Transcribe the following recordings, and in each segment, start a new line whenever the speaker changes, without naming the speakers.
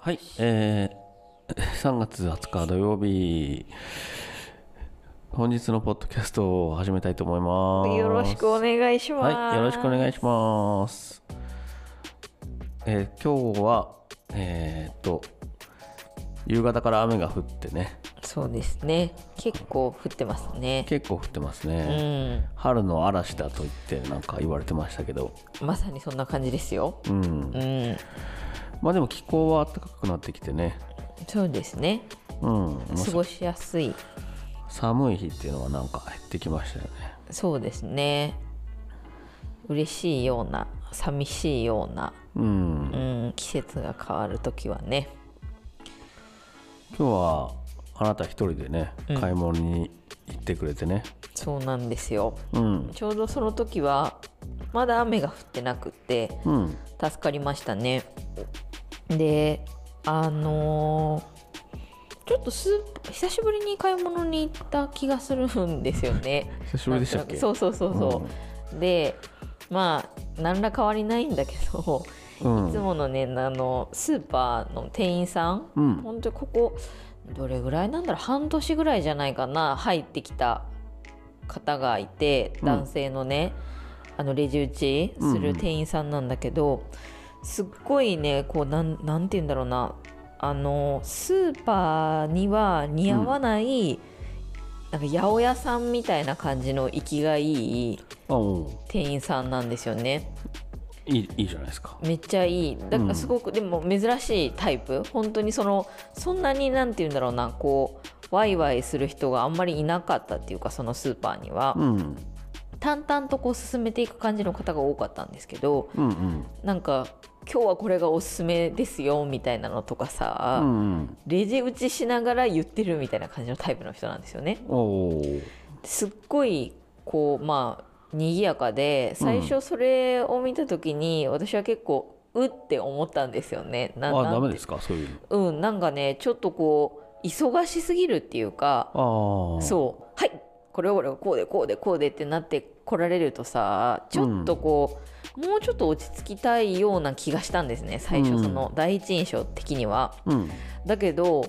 はい、えー、3月20日土曜日、本日のポッドキャストを始めたいと思います。
よろしくお願いします。
はい、よろしくお願いします。えー今日は、えーっと、夕方から雨が降ってね、
そうですね。結構降ってますね。
結構降ってます
う
ね。
ん、
春の嵐だと言ってなんか言われてましたけど、
まさにそんな感じですよ。
うん
う。ん、
まあでも気候は暖かくなってきてね、
そうですね。
うん、もう
過ごしやすい。
寒い日っていうのはなんか減ってきましたよね。
そうですね。嬉しいような、寂しいような、
うん。
うん、季節が変わるときはね。
今日はあなた一人でね、買い物に行ってくれてね
そうなんですよ。
うん
ちょうどその時は、まだ雨が降ってなくって、
うん
助かりましたねであのーちょっとスーパー久しぶりに買い物に行った気がするんですよ ね
久しぶりでしたっけ
なんとなくそうそうそうそう、でまあ何ら変わりないんだけど、
うん
いつものねあのスーパーの店員さん、
うん
本当にここどれぐらいなんだろう半年ぐらいじゃないかな入ってきた方がいて
うん
男性のね、あのレジ打ちす
うんう
る
ん
店員さんなんだけど、すっごいねこうなんなんて言うんだろうなあのスーパーには似合わない、なんか八百屋さんみたいな感じの生きがいい
あうん
店員さんなんですよね。
いいいいじゃないですか
めっちゃいいだからすごく、でも珍しいタイプ本当にそのそんなになんて言うんだろうなこうワイワイする人があんまりいなかったっていうかそのスーパーには、
うん
淡々とこう進めていく感じの方が多かったんですけど
うんうん
なんか今日はこれがおすすめですよみたいなのとか
う
さ、
んうん
レジ打ちしながら言ってるみたいな感じのタイプの人なんですよね。
おおー
すっごいこうまあ賑やかで最初それを見た時に私は結構うって思ったんですよね。な
あダ
なん
メ
て
ですかそういう
うんなんかねちょっとこう忙しすぎるっていうか
のああ
そうはいこれをこれをこうでこうでこうでってなって来られるとさちょっとこう、もうちょっと落ち着きたいような気がしたんですね最
う
初
ん
その第一印象的には。
うん
だけど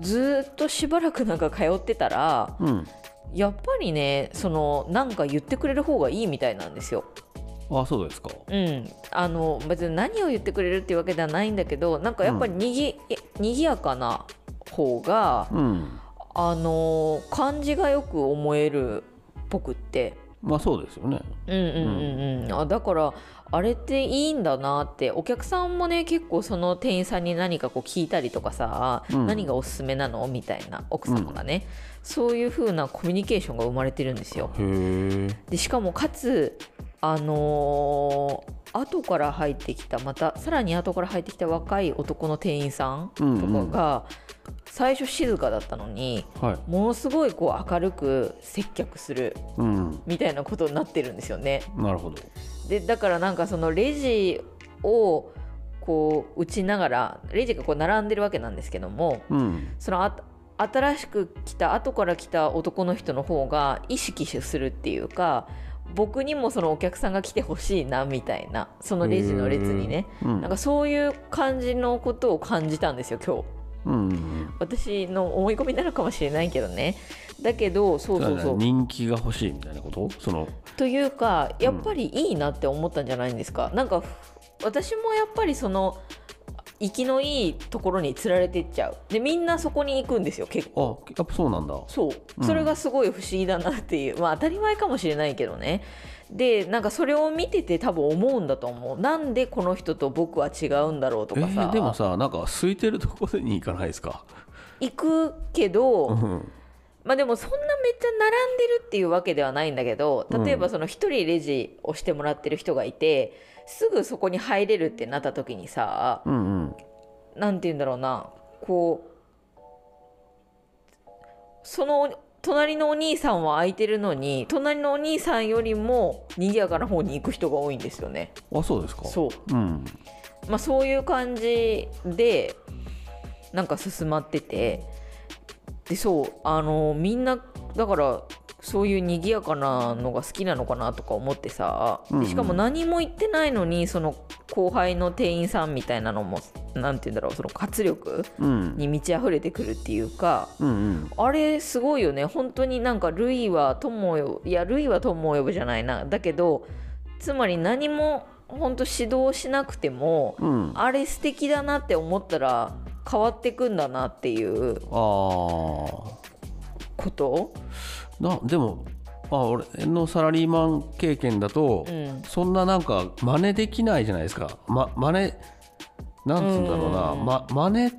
ずーっとしばらくなんか通ってたら
うん
やっぱりねそのなんか言ってくれる方がいいみたいなんですよ。
あそうですか
うん、あの別に何を言ってくれるっていうわけではないんだけどなんかやっぱりにぎ,え、にぎやかな方が
うん
あの感じがよく思えるっぽくって。
まあそうですよね
うんうんうんうん、あだからあれっていいんだなってお客さんもね結構その店員さんに何かこう聞いたりとかさ、
うん
何がおすすめなのみたいな奥様がね、そういう風なコミュニケーションが生まれてるんですよ。
へえ
でしかもかつあのー後から入ってきたまたさらに後から入ってきた若い男の店員さん
うんう
とか
ん
が、最初静かだったのに
はい
ものすごいこう明るく接客する
うん
みたいなことになってるんですよね。
なるほど
でだからなんかそのレジをこう打ちながらレジがこう並んでるわけなんですけども
うん
そのあ新しく来た後から来た男の人の方が意識するっていうか僕にもそのお客さんが来てほしいなみたいなそのレジの列にね
うん
なんかそういう感じのことを感じたんですよ今日
うんうん
私の思い込みなのかもしれないけどねだけどそうそうそう
人気が欲しいみたいなことその
というかやっぱりいいなって思ったんじゃないんですか、なんかふ私もやっぱりその生きのいいところにつられてっちゃうでみんなそこに行くんですよ結構
あやっぱそうなんだ
そう
うん
それがすごい不思議だなっていう、まあ当たり前かもしれないけどねでなんかそれを見てて多分思うんだと思うなんでこの人と僕は違うんだろうと
え
かさ,、
ーでもさなんか空いてるところに行かないですか、
行くけど、
うん、
まあでもそんなめっちゃ並んでるっていうわけではないんだけど例え
う
ばその一人レジをしてもらってる人がいて、すぐそこに入れるってなった時にさ
うんうん
なんて言うんだろうなこうその隣のお兄さんは空いてるのに隣のお兄さんよりも賑やかな方に行く人が多いんですよね。
あそうですか、
そう
ん、
まあ、そういう感じでなんか進まっててでそうあのみんなだからそういう賑やかなのが好きなのかなとか思ってさ
うんう
で
ん
しかも何も言ってないのにその後輩の店員さんみたいなのもなんて言うんだろうその活力
うん
に満ち溢れてくるっていうか
うんうん
あれすごいよね本当になんかルイは友を呼ぶいやルイは友を呼ぶじゃないなだけどつまり何も本当指導しなくても
うんあ
あれ素敵だなって思ったら変わってくんだなってい
あ
う
ー
こと、
なでもあ俺のサラリーマン経験だと、
うん、
そんななんか真似できないじゃないですか。ま真似なんつうんだろうな、
うん
ま真似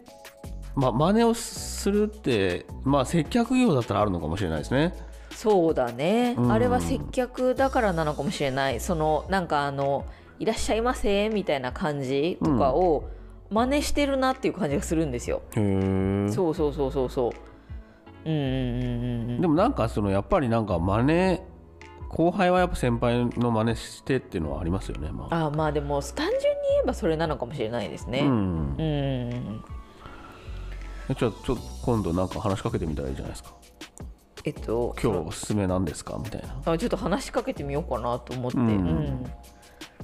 ま真似をするってまあ接客業だったらあるのかもしれないですね。
そうだね、
うん
あれは接客だからなのかもしれないそのなんかあの「いらっしゃいませ」みたいな感じとかを真似してるなっていう感じがするんですよ、
へえ。
そうそうそうそうそううんうんうんうん
でもなんかそのやっぱりなんか真似後輩はやっぱ先輩の真似してっていうのはありますよね。まあ。
あまあでも単純に言えばそれなのかもしれないですね
う
うん
ん。
うんうん
じゃあちょっと今度なんか話しかけてみたらいいじゃないですか。
えっと
今日おすすめなんですかみたいな。
あちょっと話しかけてみようかなと思って、
う
うんん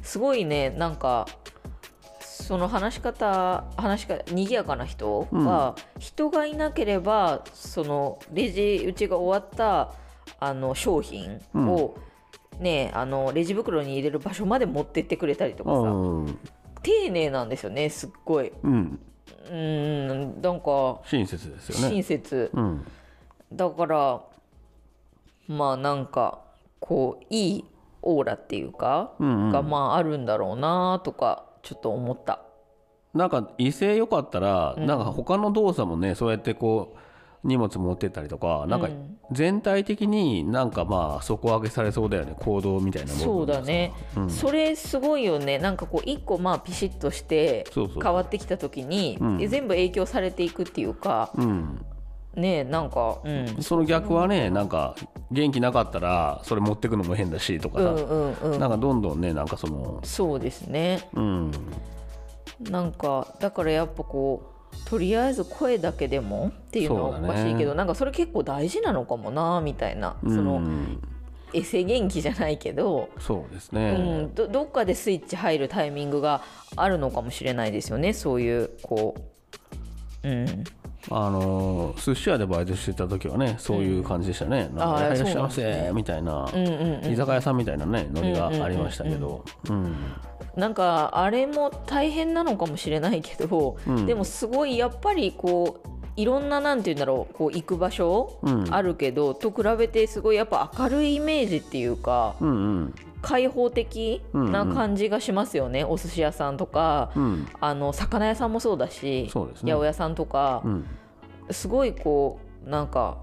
すごいねなんかその話し方話し方賑やかな人が、人がいなければそのレジうちが終わったあの商品を、ねあのレジ袋に入れる場所まで持ってってくれたりとかさ、
うん。
丁寧なんですよねすっごい
うん。
うんなんか
親切ですよね
親。切、
うん。
だからまあなんかこういいオーラっていうか、
うん、うん。
がまああるんだろうなとかちょっと思った
なんか威勢良かったら、
うん
なんか他の動作もねそうやってこう荷物持ってったりとかなんか
うん
全体的になんかまあ底上げされそうだよね行動みたいなもの
そうだね、
うん
それすごいよねなんかこう一個まあピシッとして
そうそう
変わってきた時に
うん
え全部影響されていくっていうか
うん、
ねえなんかうん
その逆はねなんか元気なかったらそれ持ってくのも変だしとか
う
さ、
んうんうん
なんかどんどんねなんかその
そうですね
うん
なんかだからやっぱこうとりあえず声だけでもっていうのは
そうだ
お
ね
かしいけど、なんかそれ結構大事なのかもなみたいな、そ
うん
のエセ元気じゃないけど、
そうです
う
ね、
ん、どどっかでスイッチ入るタイミングがあるのかもしれないですよねそういうこう、うん、
あの寿司屋でバイトしてた時はねそういう感じでしたね「なんか
あー
いらっしゃいま
そうなんです
せ」みたいな、
うんうん
居
うん
酒屋さんみたいなねノリがありましたけどうん
なんかあれも大変なのかもしれないけど、
うん
でもすごいやっぱりこういろんななんて言うんだろうこう行く場所
うん
あるけど、と比べてすごいやっぱ明るいイメージっていうか
うんうん
開放的な感じがしますよね、お寿司屋さんとか、
うん
あの魚屋さんもそうだし
そうです
八
ね
百屋さんとか
う、ん
すごいこうなんか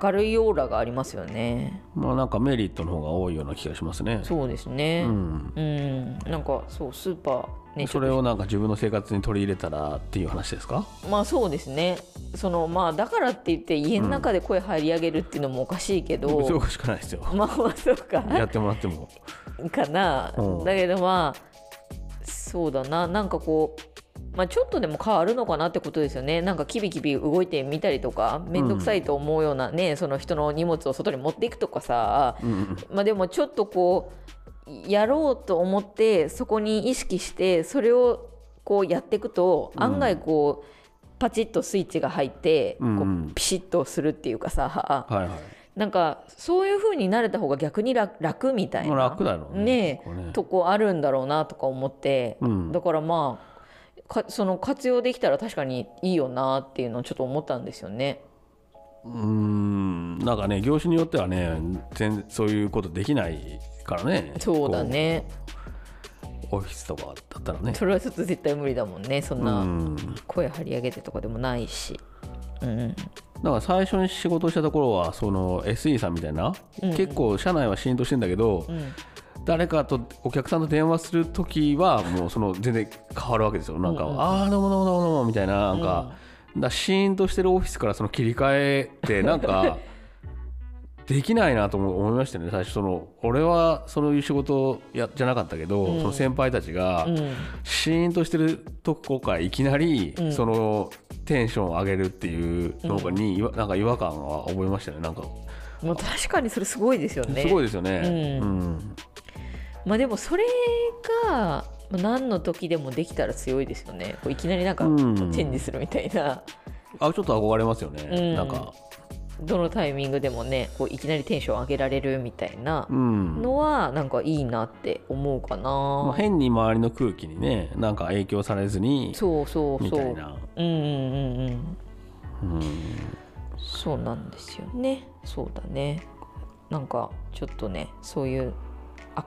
明るいオーラがありますよね
まあなんかメリットの方が多いような気がしますね
そうですね
うん
うん、なんかそうスーパーね
それをなんか自分の生活に取り入れたらっていう話ですか
まあそうですねそのまあだからって言って家の中で声張り上げるっていうのもおかしいけど、
別におかしくない ですよ
まあまあそう
や
か
ってもらっても
かな、
うん
だけどまあそうだななんかこう、まあ、ちょっとでも変わるのかなってことですよねなんかキビキビ動いてみたりとか面倒くさいと思うようなね、その人の荷物を外に持っていくとかさ、
うんうん
まあ、でもちょっとこうやろうと思ってそこに意識してそれをこうやっていくと
うん
案外こう、パチッとスイッチが入ってこ
うんう
うんピシッとするっていうかさ、
はいは
なんかそういう風になれた方が逆に楽楽みた
い
い
ま
な
あ楽だろう
ね
ここね
とこあるんだろうなとか思って、
うん
だからまあかその活用できたら確かにいいよなっていうのをちょっと思ったんですよね。
うーんなんかね業種によってはね全然そういうことできないからね
そうだね
こうオフィスとかだったらね
それはちょっと絶対無理だもんねそん
う
な。
ん
声張り上げてとかでもないし、うん、
だから最初に仕事したところはその SE さんみたいな、結構社内は浸透してんだけど、誰かとお客さんと電話する時はもうその全然変わるわけですよなんか、ああどうもどうもどうもどうもみたいななんか,、だシーンとしてるオフィスからその切り替え ってなんかできないなと思思いましたよね最初その俺はそういう仕事やじゃなかったけど、その先輩たちが、
うん、
シーンとしてるとこからいきなり、そのテンションを上げるっていうのがに、いわなんか違和感は覚えましたねなんか
もう確かにそれすごいですよね
すごいですよね。
うん
うん
まあでもそれがまあ何の時でもできたら強いですよねこういきなりなんか
うん
チェンジするみたいな、
あちょっと憧れますよね、
うん
なんか
どのタイミングでもねこういきなりテンション上げられるみたいな
うん
のはなんかいいなって思うかな、
まあ、変に周りの空気にねなんか影響されずに
そうそう
み
そう
た
う
い
ん
な、
うんうんうん
うん、
そうなんですよねそうだねなんかちょっとねそういう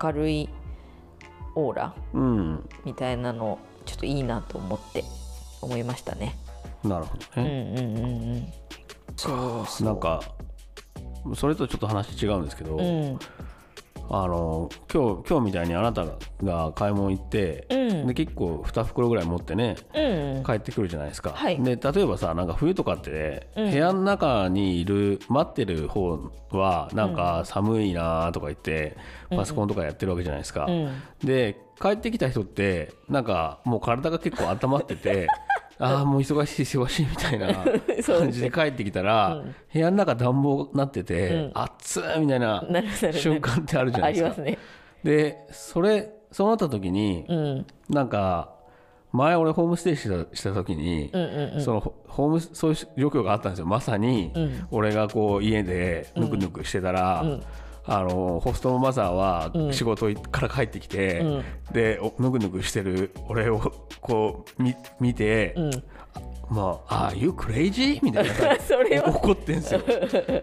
明るいオーラ
うん、
みたいなのちょっといいなと思って思いましたね
なるほど
うん
ね、
うんうんうんそうそう
なんかそれとちょっと話違うんですけど、
うん
あの今日今日みたいにあなたが買い物行って、
うん
で結構2袋ぐらい持ってね
うん
帰ってくるじゃないですか、
はい
で例えばさなんか冬とかってね、
うん
部屋の中にいる待ってる方はなんか寒いなとか言って、パソコンとかやってるわけじゃないですか、
うん
で帰ってきた人ってなんかもう体が結構温まって てああもう忙しい忙しいみたいな
そう
感じで帰ってきたら、
うん
部屋の中暖房なってて、
うん
暑いみたいな
なるほどね
瞬間ってあるじゃな
あ
いです
りま
か。
すね
でそれそうなった時に、
うんうん
なんか前俺ホームステイしたした時に、
うんうん
そのホホームそういう状況があったんですよまさに、
うん
俺がこう家でぬくぬくしてたら、
うん
あのホストマザーは
うん
仕事から帰ってきて、
うん
でおぬくぬくしてる俺をこうみ見て、
うん
まあ「あ you crazy?」みたいな 感
そ
じ
れ
で
は
怒ってんすよ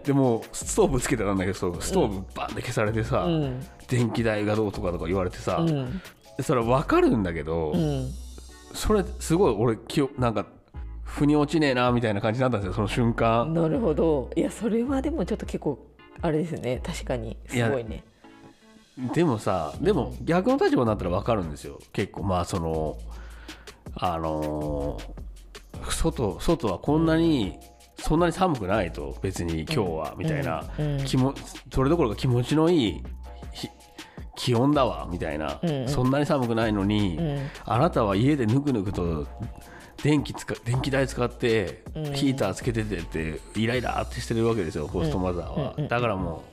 でもうストーブつけてたんだけどそうストーブバンって消されてさ、
うん
電気代がどうとかとか言われてさ、
うん
それ分かるんだけど、
うん
それすごい俺気をなんか腑に落ちねえなみたいな感じになったんですよその瞬間
なるほどいやそれはでもちょっと結構あれですね確かにすごいね
でもさでも逆の立場になったら分かるんですよ結構まあそのあのー外外はこんなに、そんなに寒くないと別に今日は、みたいな、
うんうん
気もそれどころか気持ちのいいひ気温だわみたいな、
うんうん
そんなに寒くないのに、
うん
あなたは家でぬくぬくと電気使電気代使って
うん
ヒーターつけててってイライラってしてるわけですよホストマザーは、
うんうん
だからも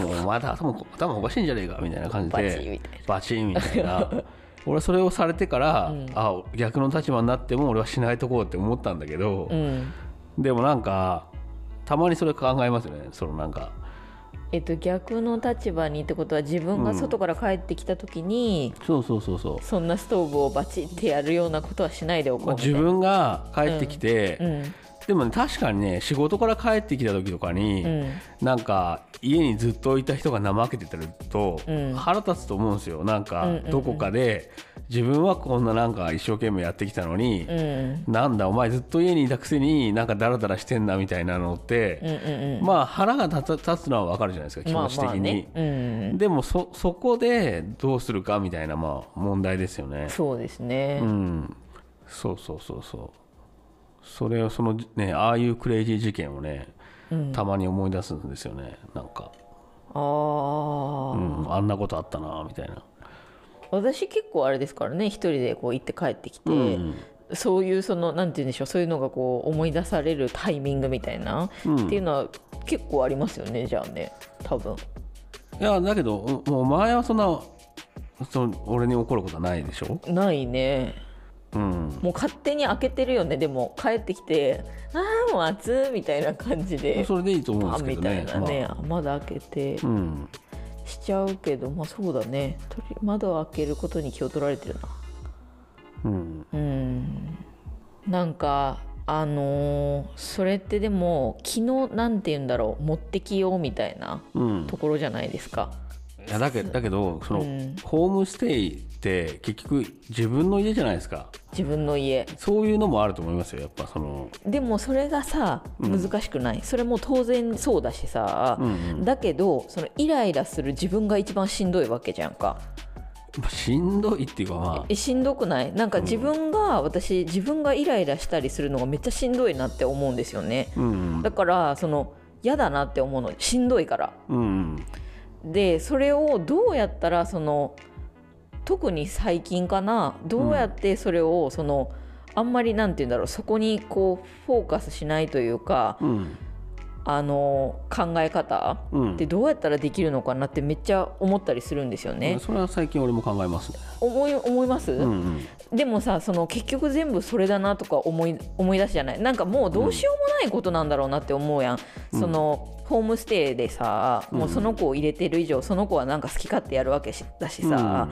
う もうまた頭頭おかしいんじゃねえかみたいな感じ
バチみ
で
たいな
バチンみたいな 俺はそれをされてから、
うん
あ逆の立場になっても俺はしないとこうって思ったんだけど、
うん
でもなんかたまにそれ考えますよねそのなんか
えっと逆の立場にってことは自分が外から帰ってきた時に、
そうそうそうそう
そんなストーブをバチってやるようなことはしないでおこう
まあ
みたい
自
な
分が帰ってきて、
うん
でもね確かにね仕事から帰ってきた時とかに、
うん
なんか家にずっといた人が怠けてたると
うん
腹立つと思うんですよ、なんか
うんうんうん
どこかで自分はこんななんか一生懸命やってきたのに
う、ん
なんだお前ずっと家にいたくせになんかダラダラしてんなみたいなのっ
うん
て、
うんうん
まあ腹が立つ立つのは分かるじゃないですか気持ち的に、
まあまあねうん
でもそそこでどうするかみたいなまあ問題ですよね
そうですね、
うん、そうそうそうそうそれをそのねああいうクレイジー事件をね
うん
たまに思い出すんですよねなんか、
ああ、
うん、あんなことあったなみたいな、
私結構あれですからね一人でこう行って帰ってきて、
うん
そういうそのなんて言うんでしょうそういうのがこう思い出されるタイミングみたいな、
うん
っていうのは結構ありますよねじゃあね多分
いやだけどおもう前はそんなその俺に怒ることはないでしょ、
ないね
うん、
もう勝手に開けてるよねでも帰ってきて「ああもう暑い」みたいな感じで
それでいいと思うんで
パ
す
ン
け
み
ど
たい
ね
なね、まだ開けて
まあうん、
しちゃうけどまあそうだねとり窓を開けることに気を取られてるな
うん、
うんなんかあのーそれってでも昨日なんて言うんだろう持ってきようみたいな
うん
ところじゃないですか
いやだけだけどその、
うん
ホームステイって結局自分の家じゃないですか
自分の家
そういうのもあると思いますよやっぱその、
でもそれがさ
うん
難しくない、それも当然そうだしさ、
うんうん
だけどそのイライラする自分が一番しんどいわけじゃんか
まあしんどいっていうかま
えしんどくないなんか自分が、私自分がイライラしたりするのがめっちゃしんどいなって思うんですよね
あ、うん
だからその嫌だなって思うのしんどいから
うん
でそれをどうやったらその特に最近かなどうやってそれをその、あんまりなんて言うんだろうそこにこうフォーカスしないというか
うん
あの考え方
うん
ってどうやったらできるのかなってめっちゃ思ったりするんですよね。
それは最近俺も考えますね。
思い思います、
うんうん、
でもさその結局全部それだなとか思い思い出すじゃないなんかもうどうしようもないことなんだろうなって思うやん、
うん
そのホームステイでさもうその子を入れてる以上その子はなんか好き勝手やるわけしだしさ、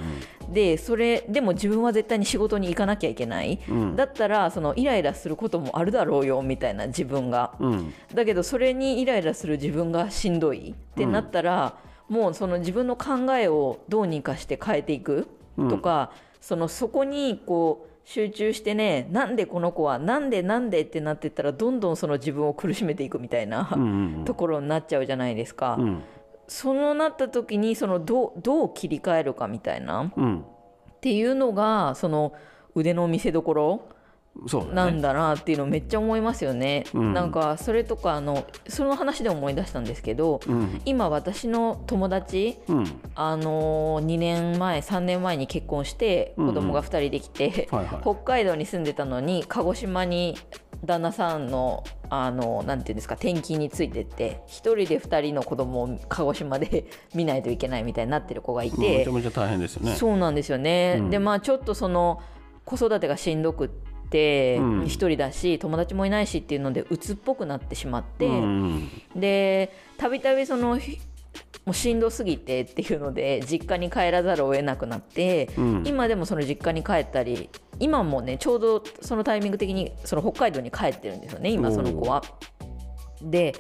でそれでも自分は絶対に仕事に行かなきゃいけない、
うんうん
だったらそのイライラすることもあるだろうよみたいな自分が
うんうん
だけどそれにイライラする自分がしんどいってなったら、もうその自分の考えをどうにかして変えていく
うん
とか、そのそこにこう集中してねなんでこの子はなんでなんでってなってったらどんどんその自分を苦しめていくみたいな、
うんうん
ところになっちゃうじゃないですか、
うん
そのなった時にそのどうどう切り替えるかみたいなっ
うん
ていうのがその腕の見せ所
そうだね
なんだなっていうのめっちゃ思いますよね、
うん
なんかそれとかあのその話で思い出したんですけど
うん
今私の友達
うん
あの2年前3年前に結婚して
うんうん
子供が2人できて、
はいはい
北海道に住んでたのに鹿児島に旦那さんのあのなんていうんですか転勤についてって1人で2人の子供を鹿児島で 見ないといけないみたいになってる子がいて
めちゃ、めちゃ大変ですよね。
そうなんですよね、
うん
でまあちょっとその子育てがしんどくって一、
うん
人だし友達もいないしっていうので鬱っぽくなってしまって、
うん
でたびたびそのひもうしんどすぎてっていうので実家に帰らざるを得なくなって、
うん
今でもその実家に帰ったり今もねちょうどそのタイミング的にその北海道に帰ってるんですよね今
おー
その子は。で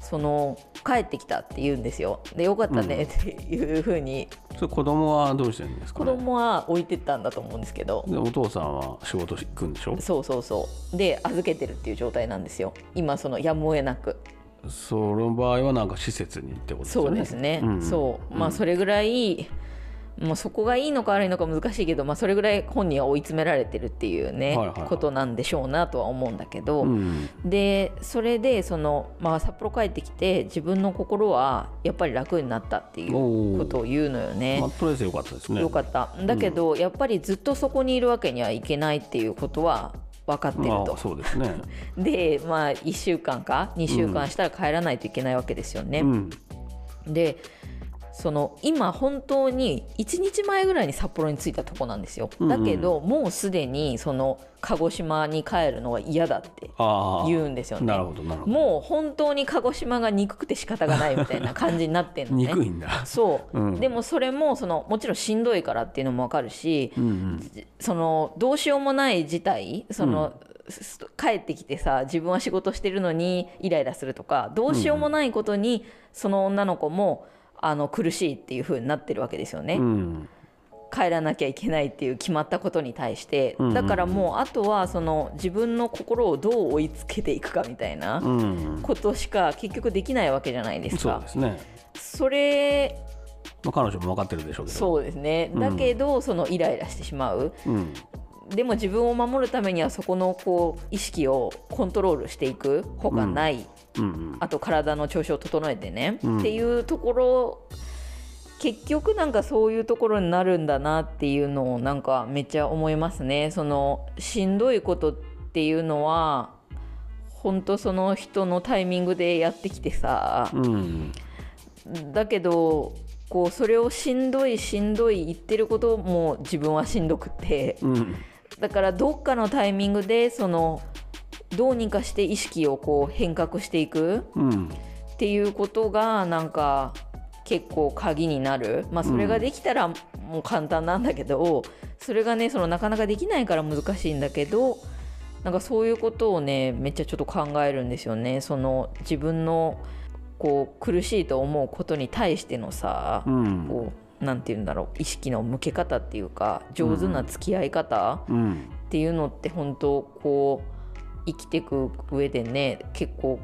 その帰ってきたって言うんですよでよかったねっていうふうに、
それ子供はどうしてるんですか、
子
ね、
供は置いてったんだと思うんですけど、
でお父さんは仕事行くんでしょ
そうそうそうで預けてるっていう状態なんですよ今そのやむを得なく
その場合はなんか施設にってことです
そ
よ
う
ね
ですね、
うん
そうま
う
あ
ん
それぐらい、もうそこがいいのか悪いのか難しいけど、まあ、それぐらい本人は追い詰められてるっていうね、
はいはいはい
ことなんでしょうなとは思うんだけど、
うん
でそれでその、まあ、札幌帰ってきて自分の心はやっぱり楽になったっていう
おー
ことを言うのよね
まあ、。とりあえず良かったですね
よかっただけど、やっぱりずっとそこにいるわけにはいけないっていうことは分かってる
ま
と
あ、そうですね
でまあ1週間か2週間したら帰らないといけないわけですよね
う、ん
でその今本当に1日前ぐらいに札幌に着いたとこなんですよ
うん
だけど、もうすでにその鹿児島に帰るのは嫌だって
ああ
言うんですよね
なるほどなるほど
もう本当に鹿児島が憎くて仕方がないみたいな感じになってんのね
憎いんだ
そう、
うん
でもそれもそのもちろんしんどいからっていうのもわかるし、
うんうん
そのどうしようもない事態その、す帰ってきてさ自分は仕事してるのにイライラするとかどうしようもないことにその女の子もあの苦しいっていう風になってるわけですよね、
うん
帰らなきゃいけないっていう決まったことに対して
うんうんうん
だからもうあとはその自分の心をどう追いつけていくかみたいな
うん
ことしか結局できないわけじゃないです
そう
か
で。すね、
それ
まあ、彼女も分かってるでしょうけど
そうですね
うん
だけどそのイライラしてしまう
う、ん、
でも自分を守るためにはそこのこう意識をコントロールしていくほかない、
うんうん
あと体の調子を整えてね、
うん
っていうところ結局なんかそういうところになるんだなっていうのをなんかめっちゃ思いますね。そのしんどいことっていうのは本当その人のタイミングでやってきてさ、
うん
だけどこうそれをしんどいしんどい言ってることも自分はしんどくって。
うん
だからどっかのタイミングでそのどうにかして意識をこう変革していく
うん
っていうことがなんか結構鍵になる、まあ、それができたらもう簡単なんだけど、それがねそのなかなかできないから難しいんだけどなんかそういうことをねめっちゃちょっと考えるんですよねその自分のこう苦しいと思うことに対してのさ、
うん
こうなんて言うんだろう意識の向け方っていうか上手な付き合い方、
うん
っていうのって本当こう生きていく上でね結構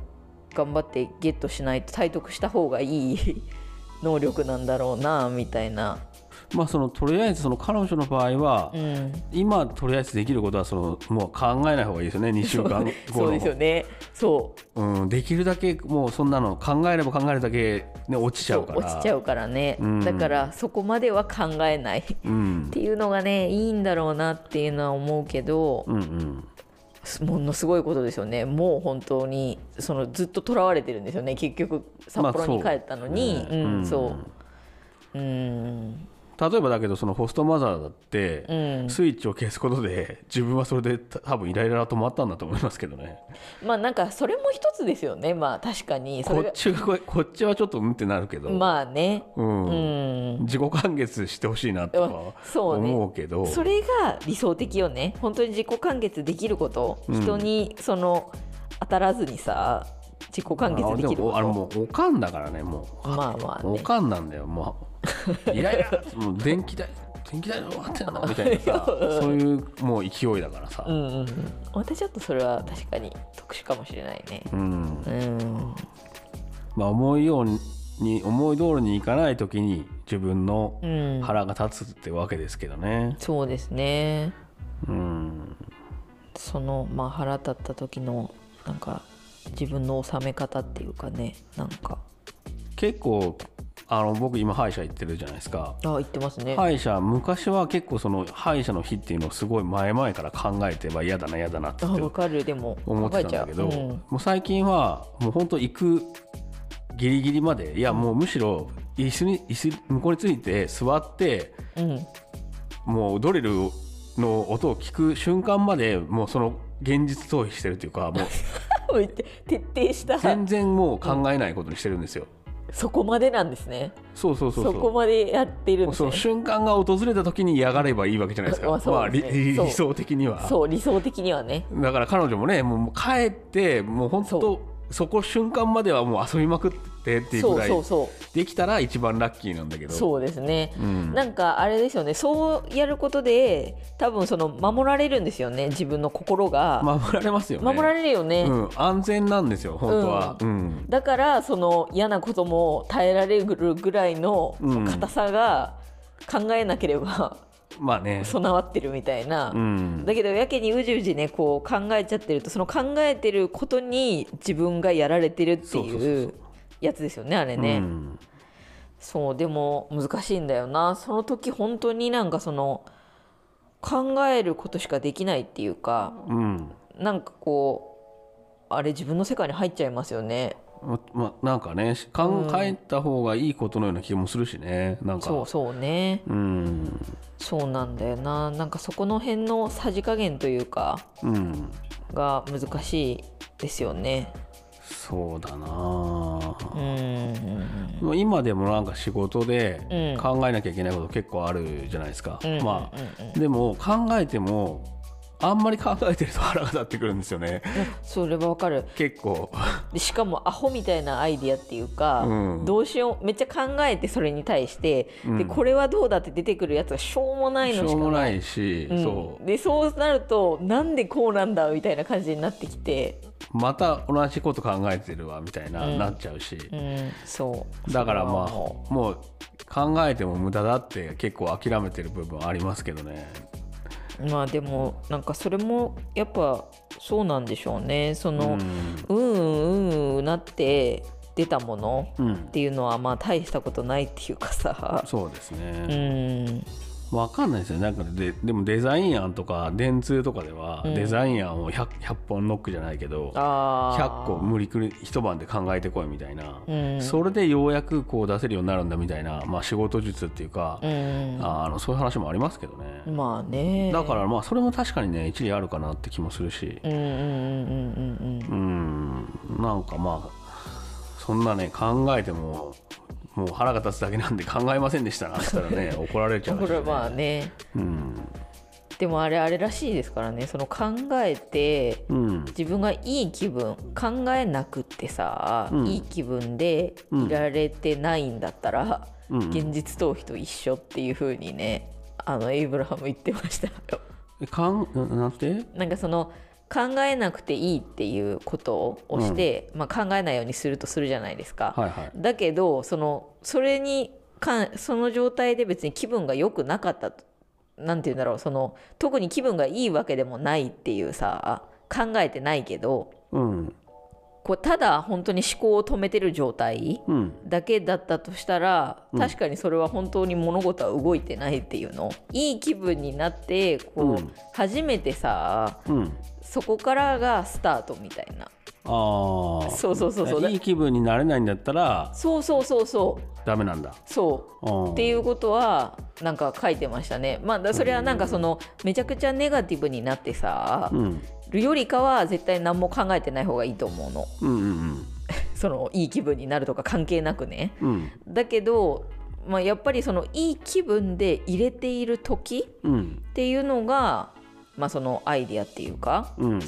頑張ってゲットしないと体得した方がいい 能力なんだろうなみたいな。
まあそのとりあえずその彼女の場合は、
うん
今とりあえずできることはそのもう考えない方がいいですよね2週間後の
そうですよね。そう。
うん、できるだけもうそんなの考えれば考えるだけ、ね、落ちちゃ
そうう
から
落ちちゃうからね、
うん
だからそこまでは考えないっ
うん
ていうのがねいいんだろうなっていうのは思うけど、
うんうん
すものすごいことですよねもう本当にそのずっととらわれてるんですよね結局札幌に帰ったの
ね
に、うん
ん
そううん
例えばだけどそのホストマザーだって、
うん
スイッチを消すことで自分はそれでた多分イライラが止まったんだと思いますけどね
まあなんかそれも一つですよねまあ確かにそ
こ
れ
っ
が
ちがここっちはちょっとうんってなるけど、
まあね
うん
うん
自己完結してほしいなとは
そうね
思うけど
それが理想的よね本当に自己完結できること、
うん
人にその当たらずにさ自己完結できるこ
あでもあれ
と
もうおかんだからねもう
まあまあ
お
ね
かんなんだよも うイライラもう電気代電気代の終わってんのみたいなさそういうもう勢いだからさ、
うんうんうんまたちょっとそれは確かに特殊かもしれないね
うん
うん
まあ、思いように思い通りにいかない時に自分の
うん
腹が立つってわけですけどね
そうですね
うん
そのまあ腹立った時のなんか自分の収め方っていうかねなんか
結構あの僕今歯医者行ってるじゃないですか
あ言ってますね、
歯医者昔は結構その歯医者の日っていうのをすごい前々から考えてば嫌だな嫌だなって
あ
言って
わかるでも
思ってたんだけど、
考えちゃううん
もう最近はもう本当行くギリギリまでいやもうむしろ椅子に椅子向こうについて座って
うん、
もうドリルの音を聞く瞬間までもうその現実逃避してるというか もう
徹底した
全然もう考えないことにしてるんですよ。
そこまでなんですね
そうそう
そ
そうそう
こまでやってるん
もう
で
その
すね
瞬間が訪れた時に嫌がればいいわけじゃないですか、
まあ
ま
そ
あ
うで
理
すねそ
理想
う
的には
そう理想的にはね
だから彼女もねもう帰ってもう本
そ
当そこ瞬間まではもう遊びまくってっていう
そ
ぐ
う
らい
そうそ
できたら一番ラッキーなんだけ
う
ど
そうですね
うん
なんかあれですよねそうやることで多分その守られるんですよね自分の心が、
守られますよね
守られるよね、
うん、安全なんですよ本当は、
う
うん
だからその嫌なことも耐えられるぐらいの
うん
硬さが考えなければ
まあね
備わってるみたいな、
うん
だけどやけにうじうじねこう考えちゃってるとその考えてることに自分がやられてるって
そうそうそう
い
そう
やつですよねあれね、
うん
そうでも難しいんだよなその時本当になんかその考えることしかできないっていうか
うん
なんかこうあれ自分の世界に入っちゃいますよね
ままあなんかね考えた方がいいことのような気もするしねなんか
そうそうね
うん
そうなんだよななんかそこの辺のさじ加減というか
うん
が難しいですよね
そうだな
うんうん
もう今でもなんか仕事で
うん
考えなきゃいけないこと結構あるじゃないですか、
うん
ま
うんうんうん
あでも考えてもあんまり考えてると腹が立ってくるんですよね
それはわかる
結構
でしかもアホみたいなアイディアっていうか、
うん
どうしようめっちゃ考えてそれに対して、
うん
でこれはどうだって出てくるやつがしょうもない
し
のしか
ょうも
い
ないし、
うん
そ
でそうなるとなんでこうなんだみたいな感じになってきて、
うまた同じこと考えてるわみたいな、
うん
なっちゃうし、
うん、そう
だからまあ
それはも
もう考えても無駄だって結構諦めてる部分ありますけどね
うまあでもなんかそれもやっぱそうなんでしょうねその
う、
うん、うんうんうなって出たもの
ん、う
っ
ん
ていうのはまあ大したことないっていうかさ、
そうです
う
ね、
ん、
わかんないですよなんかででもデザイン案とか電通とかでは
うん
デザイン案を 100, 100本ノックじゃないけど
あー
100個無理くり一晩で考えてこいみたいな、
うん
それでようやくこう出せるようになるんだみたいな、まあ、仕事術っていうか、
うん
あのそういう話もありますけどね、
まあね
だからまあそれも確かにね一理あるかなって気もするし
うんうんうんうんうん
うんなんかまあそんなね考えてももう腹が立つだけなんで考えませんでしたなって言ったら ね怒られちゃ
だ
うし、
からまあね
うん
でもあれあれらしいですからねその考えて
うん
自分がいい気分考えなくってさ、
うん
いい気分で
うん
いられてないんだったら、
うん
現実逃避と一緒っていう風にねあのエイブラハム言ってました よ
えかんんなんて
なんかその考えなくていいっていうことをして、まあ、考えないようにするとするじゃないですか、
はいはい
だけどそのそれにかんその状態で別に気分が良くなかったとなんて言うんだろうその特に気分がいいわけでもないっていうさ考えてないけど
うん
こうただ本当に思考を止めてる状態
うん
だけだったとしたら、
うん
確かにそれは本当に物事は動いてないっていうのいい気分になってこう、
うん
初めてさ
うん
そこからがスタートみたいな
ああ
そうそうそうそう
いい気分になれないんだったら
そうそうそうそう
ダメなんだ
そう
っ
っていううことはなんか書いてましたね。まあだそれはなんかそのめちゃくちゃネガティブになってさ
うん
るよりかは絶対何も考えてない方がいいと思うの。
うんうん
そのいい気分になるとか関係なくね。
うん
だけど、まあ、やっぱりそのいい気分で入れている時
うんうん
っていうのが、まあ、そのアイディアっていうか
うん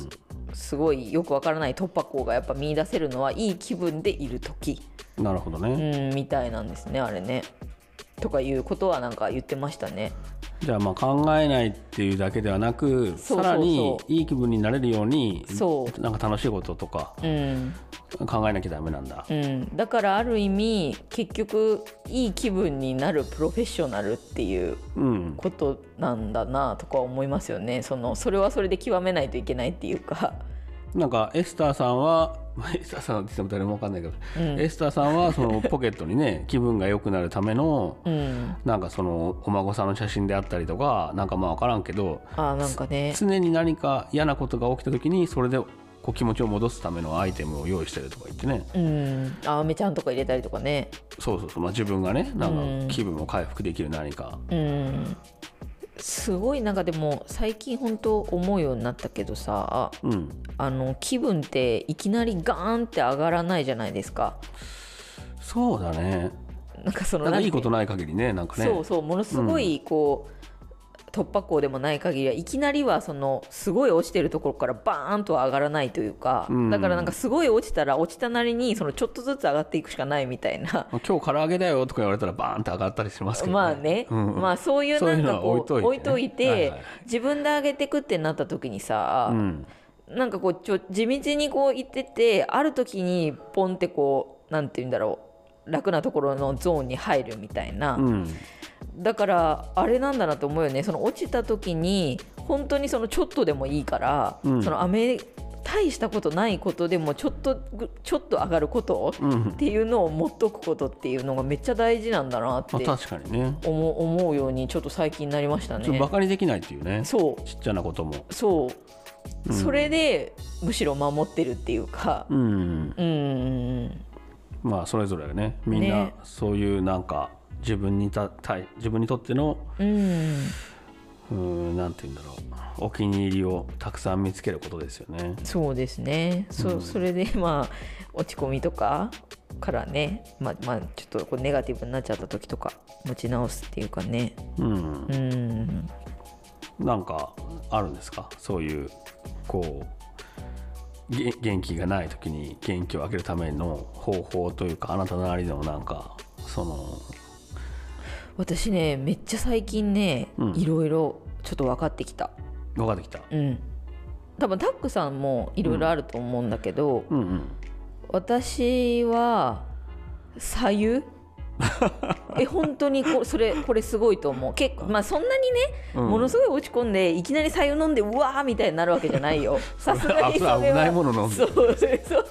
すごいよくわからない突破口がやっぱ見出せるのはいい気分でいる時、
なるほどね、
うん、みたいなんですねあれね。とかいうことはなんか言ってましたね。
じゃあまあ考えないっていうだけではなく
そうそうそう
さらにいい気分になれるように
そ
なんか楽しいこととか
うん
考えなきゃダメなんだ、
うん、だからある意味結局いい気分になるプロフェッショナルっていう
うん、
ことなんだなとか思いますよねそのそれはそれで極めないといけないっていうか、
なんかエスターさんは、 まあ、エスターさんって言っても誰も分かんないけど、
うん
エスターさんはそのポケットにね 気分が良くなるための
うん、
なんかそのお孫さんの写真であったりとかなんかまあ分からんけど
あなんかね
常に何か嫌なことが起きた時にそれでこう気持ちを戻すためのアイテムを用意してるとか言ってね
うんあめちゃんとか入れたりとかね
そうそうそう、まあ、自分がねな
うん
か
ん
気分を回復できる何か、
うんすごいなんかでも最近本当思うようになったけどさ
うん、
あの気分っていきなりガーンって上がらないじゃないですか
そうだね
なんかその
なんかいい
と
ことない限りねなんかね
そうそうものすごいこう、突破口でもない限りはいきなりはそのすごい落ちてるところからバーンとは上がらないというか、
うん
だからなんかすごい落ちたら落ちたなりにそのちょっとずつ上がっていくしかないみたいな。
まあ今日唐揚げだよとか言われたらバーンって上がったりしますけど、
まあね、
うんうん
まあそういうなんかこう
そういうのは
置
置
い
い
と
と
い
い
て
てねはいはい
自分で上げてくってなった時にさ、
うん、
なんかこうちょ地道にこう行っててある時にポンってこうなんて言うんだろう楽なところのゾーンに入るみたいな、
うん、
だからあれなんだなと思うよねその落ちた時に本当にそのちょっとでもいいから、
うん
その雨大したことないことでもちょっとぐちょっと上がること
うん
っていうのを持っとくことっていうのがめっちゃ大事なんだなって
まあ、
思う,、
確かにね
思うようにちょっと最近になりました
ちょっとバ
ね。
カにできないっていうね
そう
ちっちゃなことも
そう、
うん
それでむしろ守ってるっていうか、
うん
うんうん
まあそれぞれねみんな
ね
そういうなんか自分にたたい自分にとっての
うんうん
うんなんて言うんだろうお気に入りをたくさん見つけることですよね
そうですねそ,、う
うん
それで まあ落ち込みとかからねまあまあちょっとこうネガティブになっちゃった時とか持ち直すっていうかね
うん
うん
なんかあるんですかそういうこうげ元気がない時に元気をあげるための方法というかあなたなりのなんかその
私ねめっちゃ最近ね、
うん
いろいろちょっと分かってきた
分かってきた
うん多分タックさんもいろいろあると思うんだけど、
うんうん
私は左 右え本当にこそれこれすごいと思う結構まあそんなにね
うん
ものすごい落ち込んでいきなり白湯飲んでうわーみたいになるわけじゃな いよさすがにそれは
危ないもの飲んで
そうそれそう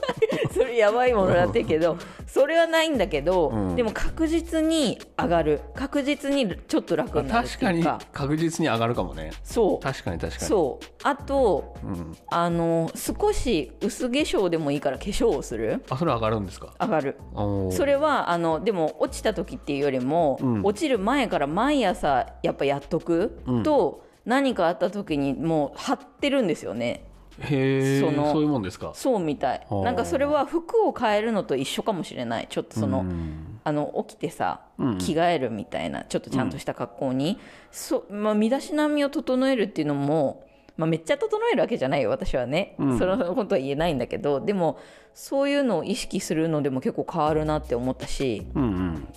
それやばいものだって けどそれはないんだけど、
うん
でも確実に上がる確実にちょっと楽になるっていう
確かに確実に上がるかもね
そう
確かに確かに
そうあと
うん、
あの少し薄化粧でもいいから化粧をする
あそれ上がるんですか
上がる
おー
それはあのでも落ちた時っていうよりも、
うん
落ちる前から毎朝やっぱやっとく
うん
と、何かあった時にもう張ってるんですよね
へえ
そ
そ
の
ういうもんですか
そうみたい
はあ
なんかそれは服を変えるのと一緒かもしれないちょっとその、
うん
あの起きてさ
うん
着替えるみたいなちょっとちゃんとした格好に、そまあ、身だしなみを整えるっていうのも、まあ、めっちゃ整えるわけじゃないよ私はね、
うん
そのことは言えないんだけどでもそういうのを意識するのでも結構変わるなって思ったし
うん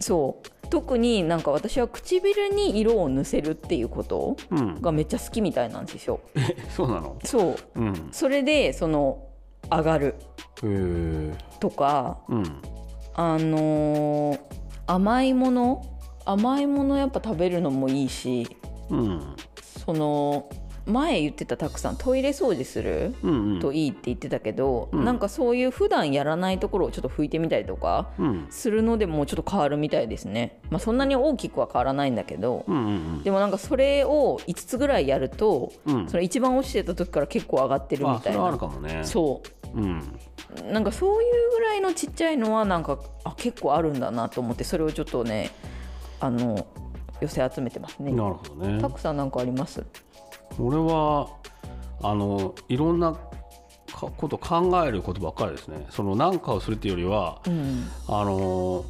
そう特になんか私は唇に色を塗せるっていうこと
うんうん
がめっちゃ好きみたいなんですよ
えそうなの
そう
うんへ
それでその上がる
えうん
とかあのー甘いもの甘いものやっぱ食べるのもいいし
うん
その前言ってたたくさんトイレ掃除する
うんうん
といいって言ってたけど、
うん
なんかそういう普段やらないところをちょっと拭いてみたりとか
うん
するのでもうちょっと変わるみたいですね、まあ、そんなに大きくは変わらないんだけど
うんうん
でもなんかそれを5つぐらいやると
うんうん
その一番落ちてた時から結構上がってるみ
あそ
たい
れはある
な
かもね
そ
うん
うなんかそういうぐらいのちっちゃいのはなんかあ結構あるんだなと思ってそれをちょっとねあの寄せ集めてますね
なるほどね
たくさんなんかあります
俺はあのいろんなかこと考えることばっかりですねその何かをするっていうよりは
うん
あの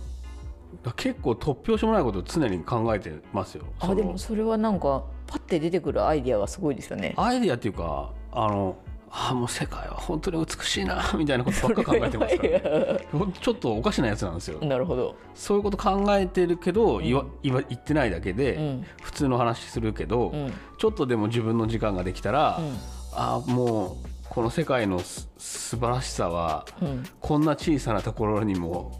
結構突拍子もないことを常に考えてますよそ
あ
の
でもそれはなんかパッて出てくるアイディアがすごいですよね
アイディアっていうかあのあもう世界は本当に美しいなみたいなことばっか考えてますから、ね、ほんとちょっとおかしなやつなんですよ
なるほど、
そういうこと考えてるけど、言わ言わ言ってないだけで、
うん
普通の話するけど、
うん
ちょっとでも自分の時間ができたら、あもうこの世界のす素晴らしさは
うんうん、
こんな小さなところにも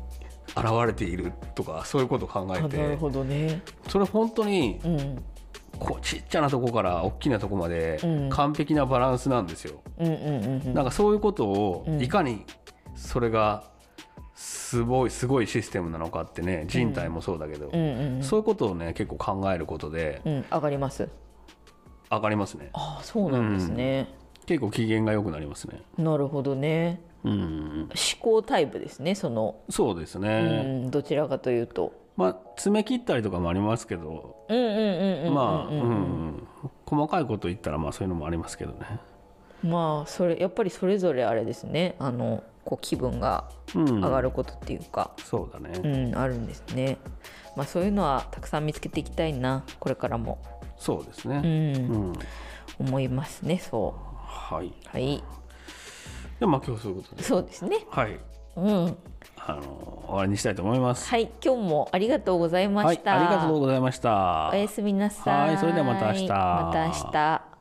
現れているとかそういうことを考え
あなる
て
ほどね、
それ本当に
うん、
こうちっちゃなとこから大きなとこまで
うん
完璧なバランスなんですよ。
うんうんうんうん
なんかそういうことを
うん
いかにそれがすごいすごいシステムなのかってね人体もそうだけど、
うんうんうん
そういうことをね結構考えることで
うん上がります
上がりますね
ああそうなんですね、
結構機嫌が良くなりますね
なるほどね
うん
思考タイプですねその、
そうですね、
うんどちらかというと
まあ爪切ったりとかもありますけど、
うんうんうんうんうんうん
まあ、うんうん、細かいこと言ったらまあそういうのもありますけどね
まあそれやっぱりそれぞれあれですねあのこう気分が
うん
上がることっていうか、
そうだね、
うんあるんですねまあそういうのはたくさん見つけていきたいなこれからも、
そうです
う
ね
ん
うん、
思いますねそ
はいじ
うはい
ゃあまあ今日そういうことで
そうですね
はい
うん
あの終わりにしたいと思います
はい今日もありがとうございま
は
し
い
た、
ありがとうございました
おやすみなさい
はいそれではまた明日
また明日